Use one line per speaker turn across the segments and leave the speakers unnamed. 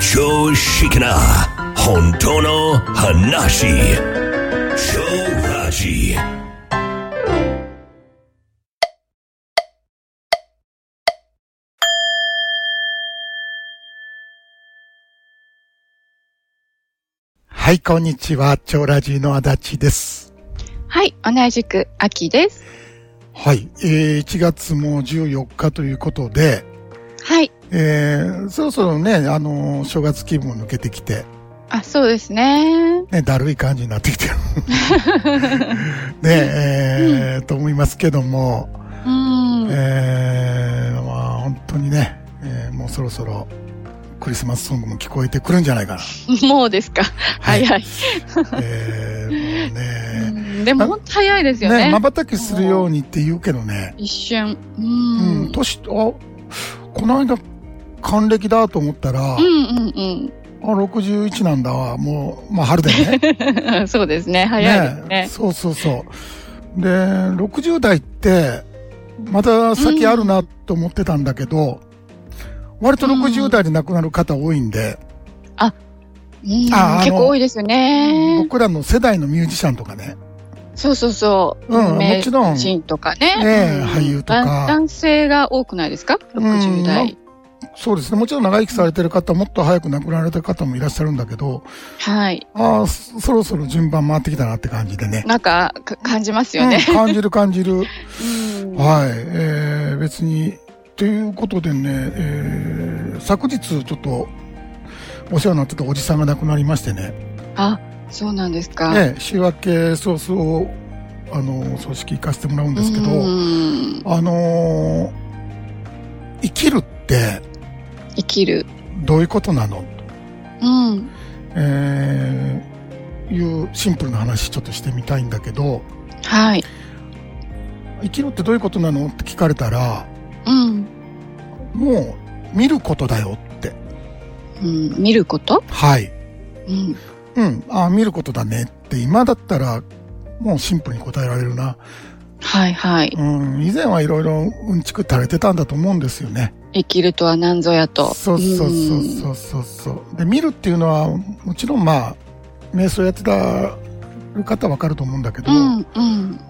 常識な本当の話超ラジ
はい、こんにちは。超ラジの足立です。
はい、同じく秋です。
はい、えー、1月も14日ということで、
はい、
えー、そろそろね、あのー正月気分を抜けてきて、
あ、そうですね。
ね、だるい感じになってき てる。ね、えーと思いますけども、
うん、
えー、まあ本当にね、えーもうそろそろクリスマスソングも聞こえてくるんじゃないかな。
もうですか。
い
早い。
えー、もうね、
うんでも本当早いですよ
ね、
ね。
瞬きするようにって言うけどね、
一瞬。う
うんん、。年、あ、この間、還暦だと思ったら、
うんうん
あ、61なんだわ。もう、まあ、春だよね。
うん。そうですね。 早いですね。
そうそうそう。で、60代って、また先あるなと思ってたんだけど、割と60代で亡くなる方多いんで、
うん
ああの
結構多いですよね。
僕らの世代のミュージシャンとかね、
そうそうそう。
うん
名
もちろん
人とかね。
ねえ
うん
俳優とか
男男性が多くないですか
うん
?60 代。
そうですね、もちろん長生きされてる方、もっと早く亡くなられた方もいらっしゃるんだけど、
はい。
ああ、そそろそろ順番回ってきたなって感じでね。
なんか、か感じますよね。
うん感じる感じる。
うん
はい、えー、別に。ということでね、えー、昨日ちょっとお世話になってたおじさんが亡くなりましてね、
あ、そうなんですか。
ね週明け早々、あの、葬式行かせてもらうんですけど、
うん
あのー生きるって
生きる。
どういうことなの
うん。
えー、いうシンプルな話ちょっとしてみたいんだけど、
はい。
生きるってどういうことなのって聞かれたら、
うん。
もう見ることだよって。
うん、見ること
はい。
うん。
うん、あ見ることだねって、今だったら、もうシンプルに答えられるな。
はいはい。
うん、以前はいろいろうんちく垂れてたんだと思うんですよね。
生きるとは何ぞやと。
そうそうそうんそうそうそう。で、見るっていうのは、もちろんまあ、瞑想やってた方わかると思うんだけど、
うん、うん。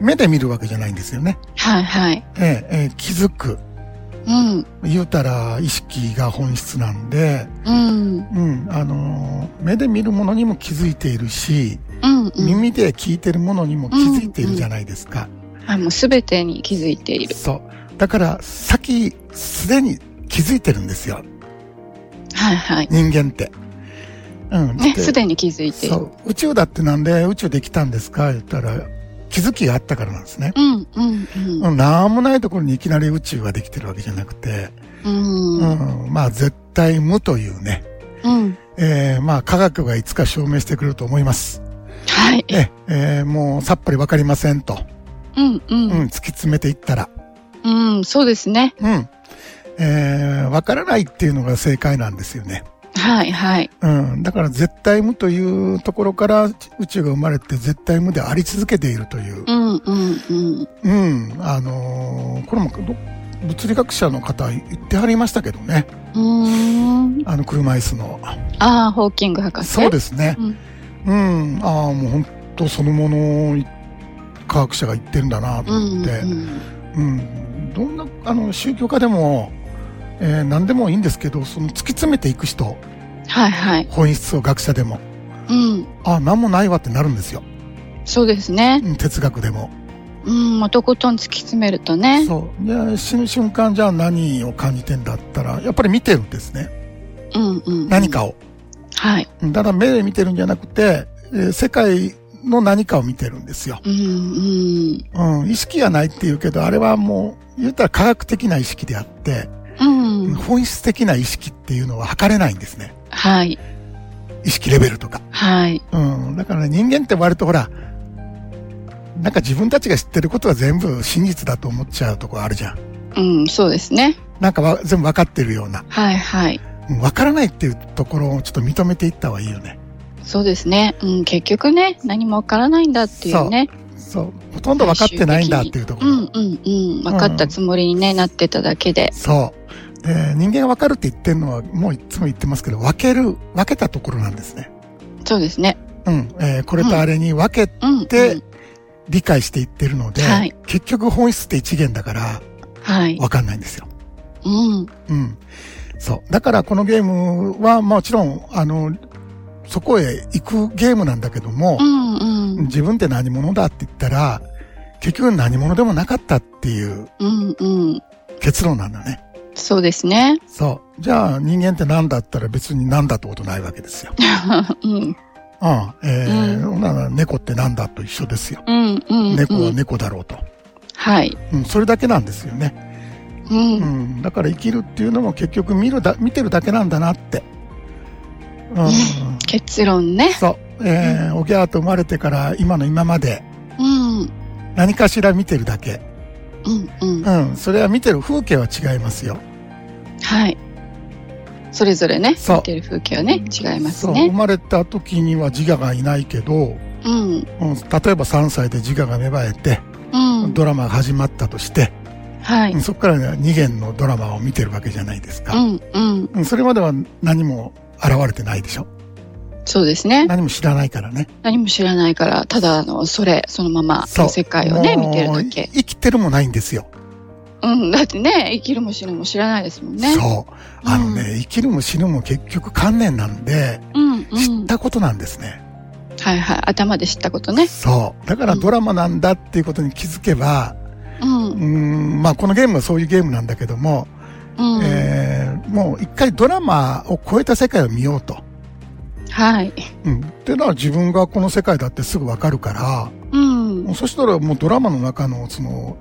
目で見るわけじゃないんですよね。
はいはい。
ええええ気づく。
うん、
言うたら意識が本質なんで、
うん、
うん、あのー目で見るものにも気づいているし、
うん、うん。
耳で聞いてるものにも気づいているじゃないですか。
あ、もうすべてに気づいている。
そう。だから、先、すでに気づいてるんですよ。
はいはい。
人間って。うん。だっ
ね、
て
すでに気づいてい
そ
る。
う。宇宙だってなんで宇宙できたんですか言ったら、気づきがあったからなんですね。
うん、うん、うん。
うん、なんもないところにいきなり宇宙ができてるわけじゃなくて、
うん、
う
うん、
ん、まあ絶対無というね、
うん。
えー、まあ科学がいつか証明してくれると思います。
はい。
え、えーもうさっぱりわかりませんと、
うん、う、
うんん、突き詰めていったら、
うん、そうですね。
うん、えー、わからないっていうのが正解なんですよね。
はいはい。
うん、だから絶対無というところから宇宙が生まれて絶対無であり続けているという、
うん、うん、うん。
うん、あのーこれもど物理学者の方言ってはりましたけどね、
うーん。
あの車椅子の。
ああ、ホーキング博士。
そうですね。
うん
うん、ああ、もう本当そのものをい科学者が言ってるんだなと
う
思
ん、
っ
う
て、うん
ん。
どんなあの宗教家でも、えー何でもいいんですけど、その突き詰めていく人、
はいはい。
本質を学者でも、
うん。
ああ、なんもないわってなるんですよ。
そうですね。
うん哲学でも。
うん、もうとことん突き詰めるとね。
そう。で、死ぬ瞬間じゃあ何を感じてんだったら、やっぱり見てるんですね。
うんうん。
何。かを。
はい。
だから目で見てるんじゃなくて、えー世界の何かを見てるんですよ。
うんうん。
うん、意識がないって言うけど、あれはもう、言ったら科学的な意識であって、
うん。
本質的な意識っていうのは測れないんですね。
はい。
意識レベルとか。
はい。
うん、だからね、人間って割とほら、なんか自分たちが知ってることは全部真実だと思っちゃうとこあるじゃん。
うん、そうですね。
なんかわ全部わかってるような。
はいはい。
うんわからないっていうところをちょっと認めていった方がいいよね。
そうですね。うん、結局ね、何もわからないんだっていうね。
そう。ほとんど分かってないんだっていうとこ
う
ろ。
んうんうん。分かったつもりにね、なってただけで。
そう。で、人間が分かるって言ってるのは、もういつも言ってますけど、分ける、分けたところなんですね。
そうですね。
うん。えーこれとあれに分け
うん。う
て
ん
理解していってるので、
はい
結局本質って一元だから、
はい。
分かんないんですよ。
うん。
うん。そう。だからこのゲームは、もちろん、あの、そこへ行くゲームなんだけども
う、ん。うん。
自分って何者だって言ったら、結局何者でもなかったっていう
うん。うん。
結論なんだね。
そうですね。
そう。じゃあ人間って何だったら別に何だってことないわけですよ。
うん。
うん。えー、
う
ほんなら猫って何だと一緒ですよ。
うん。うん。
猫
う
は
ん
猫だろうと。
はい。
うん、それだけなんですよね。
う。
うんん。だから生きるっていうのも結局見るだ、見てるだけなんだなって。 うん。
結論ね。
そう。えー、おぎゃーと生まれてから今の今まで
うん。
何かしら見てるだけ。
うん。うん。
うん。それは見てる風景は違いますよ。
はい。それぞれね、
そう
見てる風景はね、違います
そう。生
ね。
まれた時には自我がいないけど、うん、例
うん。
えば3歳で自我が芽生えて、
うん。
ドラマが始まったとして、
はい。
そこから2元のドラマを見てるわけじゃないです
う
か。
ん。うん。
うんそれまでは何も現れてないでしょ。
そうですね。
何も知らないからね。
何も知らないから、ただ、あの、それ、そのまま、
そう
の世界をね、
もう
見てるだけ。
生きてるもないんですよ。
うん。だってね、生きるも死ぬも知らないですもんね。
そう。あのね、生きるも死ぬも結局観念なんで、
うん。うん。
知ったことなんですね。
はいはい。頭で知ったことね。
そう。だからドラマなんだっていうことに気づけば、
うん。う。
うんーん、まあこのゲームはそういうゲームなんだけども、えーもう一回ドラマを超えた世界を見ようと。
はい。
うん。っていうのは自分がこの世界だってすぐわかるから、
うん。うん。
もうそしたらもうドラマの中のその、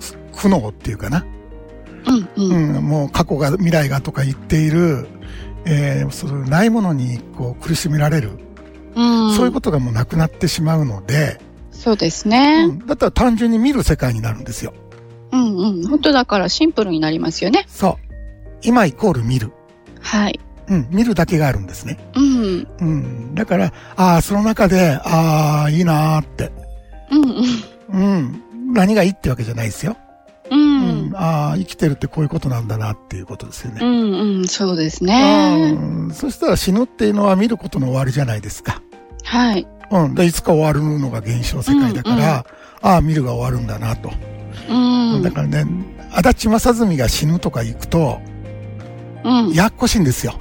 す苦悩っていうかな。
う。
うんん、もう過去が未来がとか言っている、えー、そのないものにこう苦しめられる、
うん。
そういうことがもうなくなってしまうので、
そうです
う
ね。
ん、だったら単純に見る世界になるんですよ。
うんうん。本当だからシンプルになりますよね。
そう。今イコール見る。
はい。
うん、見るだけがあるんですね。
うん。
うん、だから、ああ、その中で、ああ、いいなーって。
うんうん。
うん、何がいいってわけじゃないですよ。
う。
うんああ、生きてるってこういうことなんだなっていうことですよね。
うんうん、そうですね。
うん、そしたら死ぬっていうのは見ることの終わりじゃないですか。
はい。
うん。で、いつか終わるのが現象世界だから、
うんうん
ああ、見るが終わるんだなと。
うん。
だからね、足立正純が死ぬとか行くと、
うん。
やっこしいんですよ。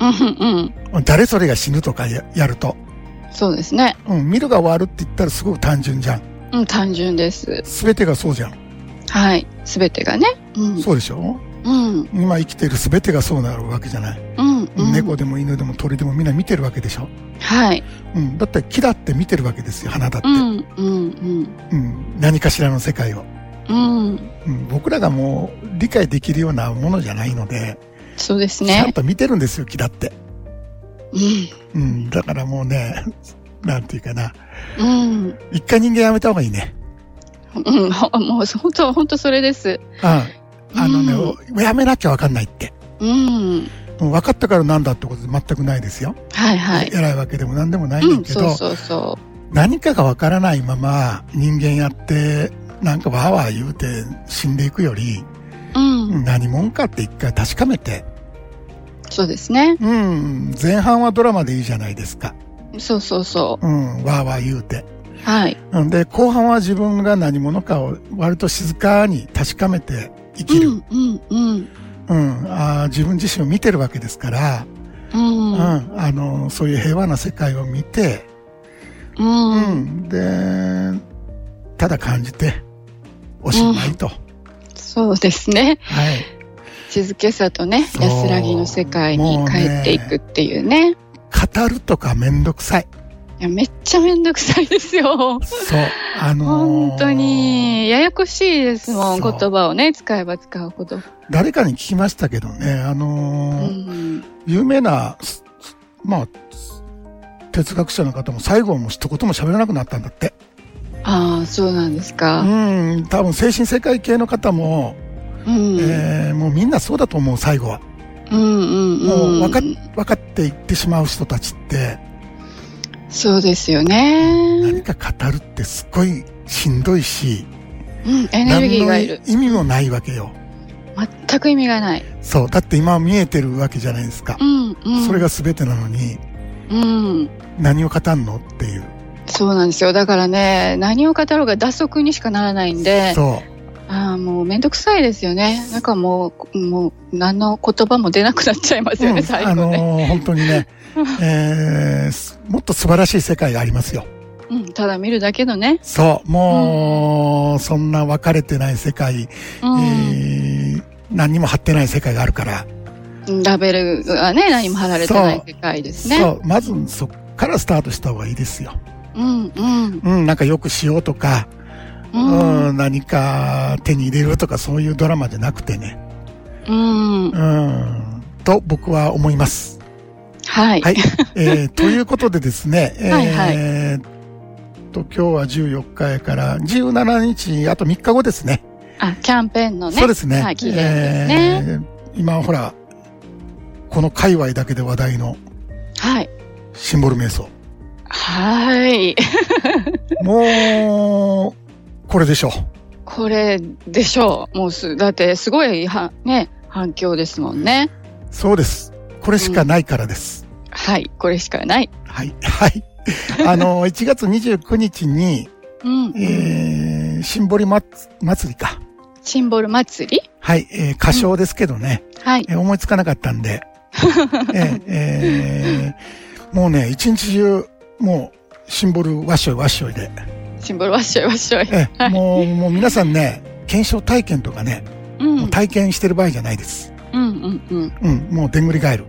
うんうん。
誰それが死ぬとかややると。
そうですね。
うん、見るが終わるって言ったらすごく単純じゃん。
うん、単純です。
すべてがそうじゃん。
はい。すべてがね。うん。
そうでしょ
うん。
今生きてるすべてがそうなるわけじゃない。
うん。うん。
猫でも犬でも鳥でもみんな見てるわけでしょ
はい。
うん。だって木だって見てるわけですよ、花だって
う。ん。うん。
うん。何かしらの世界を。
うん。うん。
うん。僕らがもう理解できるようなものじゃないので、
そうです
ちゃん
ね。
と見てるんですよ、木だって。
うん。
うん、だからもうね、 なんていうかな。
うん。
一回人間やめた方がいいね。
うん。ほもう、本当本当それです。
うん。あのね、
う
やめなきゃわかんないって。
うん。
うん分かったからなんだってことで全くないですよ。
はいはい。
偉いわけでも何でもないね
うんん。
けど、
そうそうそ
何かがわからないまま人間やって、なんかわーわー言うて死んでいくより、
う。うん。
何者かって一回確かめて、
そうですね。
うん、前半はドラマでいいじゃないですか。
そうそうそ
うん、わーわー言うて。
う。はい。
うんで、後半は自分が何者かを割と静かに確かめて生
う
きる。
ん。うん。うん。
うん、あー自分自身を見てるわけですから、うん
うん。
あのそういう平和な世界を見て、う
うん。
ん、でただ感じておしまいと、
そうです ね。
はい、
静けさとね
そう
安らぎの世界に帰っていくっていうね
語るとかめんどくさい
いやめっちゃめんどくさいで すよ
そうあのー
本当にややこしいですもん
そ
言
う
葉をね使えば使うほど、
誰かに聞きましたけどねあ
う
のー
ん、
有名なすすまあす哲学者の方も最後はもう一言も喋らなくなったんだって
ああそうなんです
う
か
ん多分精神世界系の方も、
うん、
えーもうみんなそうだと思う最後は
うんうんうん
もう分かっ分かっていってしまう人たちって、
そうですよね、
何か語るってすっごいしんどいし、
うん、エネルギーがいる
何の意味もないわけよ。
全く意味がない。
そう、だって今見えてるわけじゃないですか
う。ん、うん。
それが全てなのに、
うん。
何を語んのっていう。
そうなんですよ。だからね、何を語ろうが脱足にしかならないんで、
そ
ああ、もうめんどくさいですよね。なんかもう、もう、何の言葉も出なくなっちゃいます
う。
よ
う
ね、
ん
最
あ
後ね。
のー本当に ね、えーすもっと素晴らしい世界がありますよ。
うん、ただ見るだけのね。
そう、もう、そんな分かれてない世界、
うん。
えー何にも張ってない世界があるから、
ラベルがね、何も貼られてない世界ですね。
そう、まずそっからスタートした方がいいですよ。
うん、うん、
うん、なんかよくしようとか、
うん、
うん、何か手に入れるとかそういうドラマじゃなくてね、
う
う。
ん
ん、と僕は思います。
はい。
はい。えー、ということでですね、えー、
はいはい
えーっと、今日は14日やから、17日、あと3日後ですね。
あ、キャンペーンのね。
そうですね。
はい、期限ですね。
えー今ほら、この界隈だけで話題の
はい。
シンボル瞑想。
はい。
もう、これでしょう。
これでしょう。もうす、だってすごい、は、ね、反響ですもんね。
そうです。これしかないからです。
はい。これしかない。
はい。 はい。あの、1月29日に、
うん。
えー、シンボリまつ祭りか。
シンボル祭り
はい、えー、歌唱ですけどね、
はい。
えー思いつかなかったん で、えーえーもうね、一日中、もう、シンボルわっしょいわっしょいで、
シンボルわっしょいわっしょい。
えー
はい
もう、もう皆さんね、検証体験とかね、
うん。う
もうん体験してる場合じゃないです。
うんうん。
うん、もうでんぐり返る。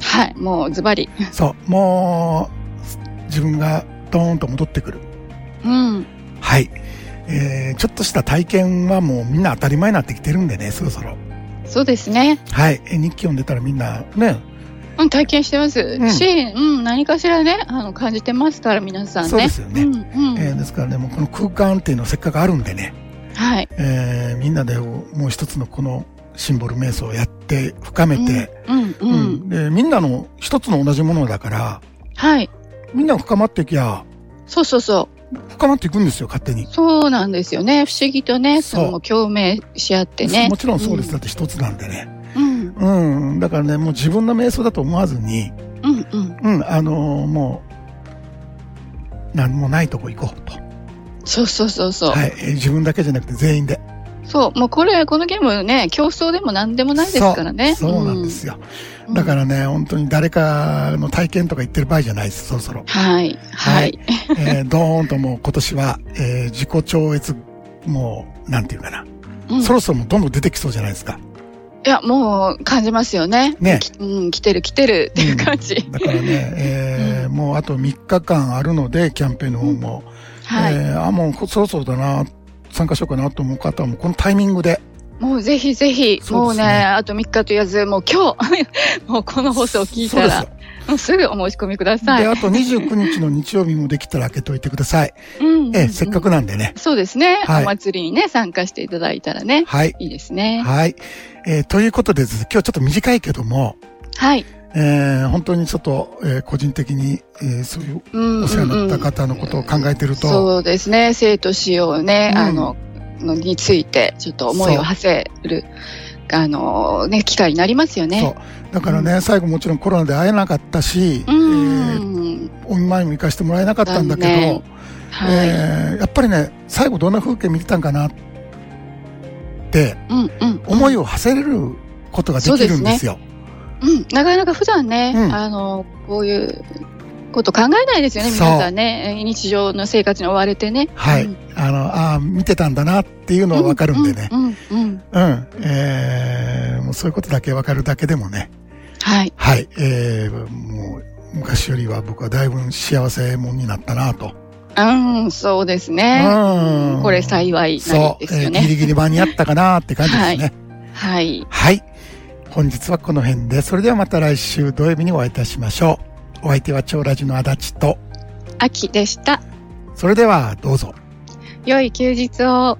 はい。もう ズバリ。
そう、もう、自分がドーンと戻ってくる。
うん。
はい。えー、ちょっとした体験はもうみんな当たり前になってきてるんでね、そろそろ。
そうですね。
はい。えー日記読んでたらみんな、ね、
うん、体験してます、
ん
し、うん、何かしらね、あの、感じてますから、皆さんね。
そうですよね
うん、うん。
えーですからね、もうこの空間っていうのはせっかくあるんでね、
はい。
えーみんなでもう一つのこのシンボル瞑想をやって深めて、
うん、うん、うん。
でみんなの一つの同じものだから、
はい。
みんな深まっていきゃ、
そうそうそう。
深まっていくんですよ、勝手に。
そうなんですよね。不思議とね、
そう
その共鳴し合ってね。
もちろんそうです。
う
だって一つなんでね。
うん、
うん。だからね、もう自分の瞑想だと思わずに、
うん、うん。
うん、あのーもう、なんもないとこ行こうと。
そうそうそうそう。
はい。えー自分だけじゃなくて全員で。
そう、もうこれ、このゲームね、競争でも何でもないですからね。。。
そうそうなんですよ。だかららね、本当に誰かの体験とか言ってる場合じゃないです、そろそろ
はい、はい。
えー、ドーンともう今年は、えー自己超越、もう、なんていうかな。
うん
そろそろもうどんどん出てきそうじゃないですか。
いや、もう感じますよね。
ね
きうん、来てる来てるっていう感じ。
だからね、えーもうあと3日間あるので、キャンペーンの方も。
はい。
えーあ、もうそろそろだな、参加しようかなと思う方はもうこのタイミングで、
もうぜひぜひ、
そうで
もう
すね
ね、あと3日と言わず、もう今日、 もうこの放送を聞いた
そう
ら
で、
もうすぐお申し込みくだ
で、
さい。
あと29日の日曜日もできたら開けといてください。
うんうん
えーせっかくなんでね。
そうですね、
はい
お祭りにね、参加していただいたらね、
はい。
いいですね。
はい。えーということでです、今日ちょっと短いけども、
はい。
えー本当にちょっと、えー個人的に、えーそういう
うん
お世話になった
うんうん
方のことを考えてると、
そうですね、生と死をね、
うん
あの、のについて、ちょっと思いを馳せる、あの、ね、機会になりますよね。
だからね、最後もちろんコロナで会えなかったし、
う
えー
ん。
お見舞いも行かせてもらえなかったんだけど、
残念はい。
えーやっぱりね、最後どんな風景見てたんかなって、
うんうん。
思いを馳せれることができるんですよ。
うん、なかなか普段ね、
うん
あの、こういうこと考えないですよね、
そう
皆さんね。え日常の生活に追われてね。
はい。
うん
あの、ああ、見てたんだなっていうのはわかるんでね。
うん、うんう
う
ん
ん、えーもうそういうことだけわかるだけでもね。
はい。
はい。えーもう、昔よりは僕はだいぶ幸せもんになったなと。
うん、そうですね。
うん
これ幸いな
そう、
りです
えー
よ
ギ
ね。
リギリ間に合ったかなって感じですね。
はい。
はい、本日はこの辺で、それではまた来週土曜日にお会いいたしましょう。お相手は超ラジの足立と、
秋でした。
それではどうぞ。
良い休日を。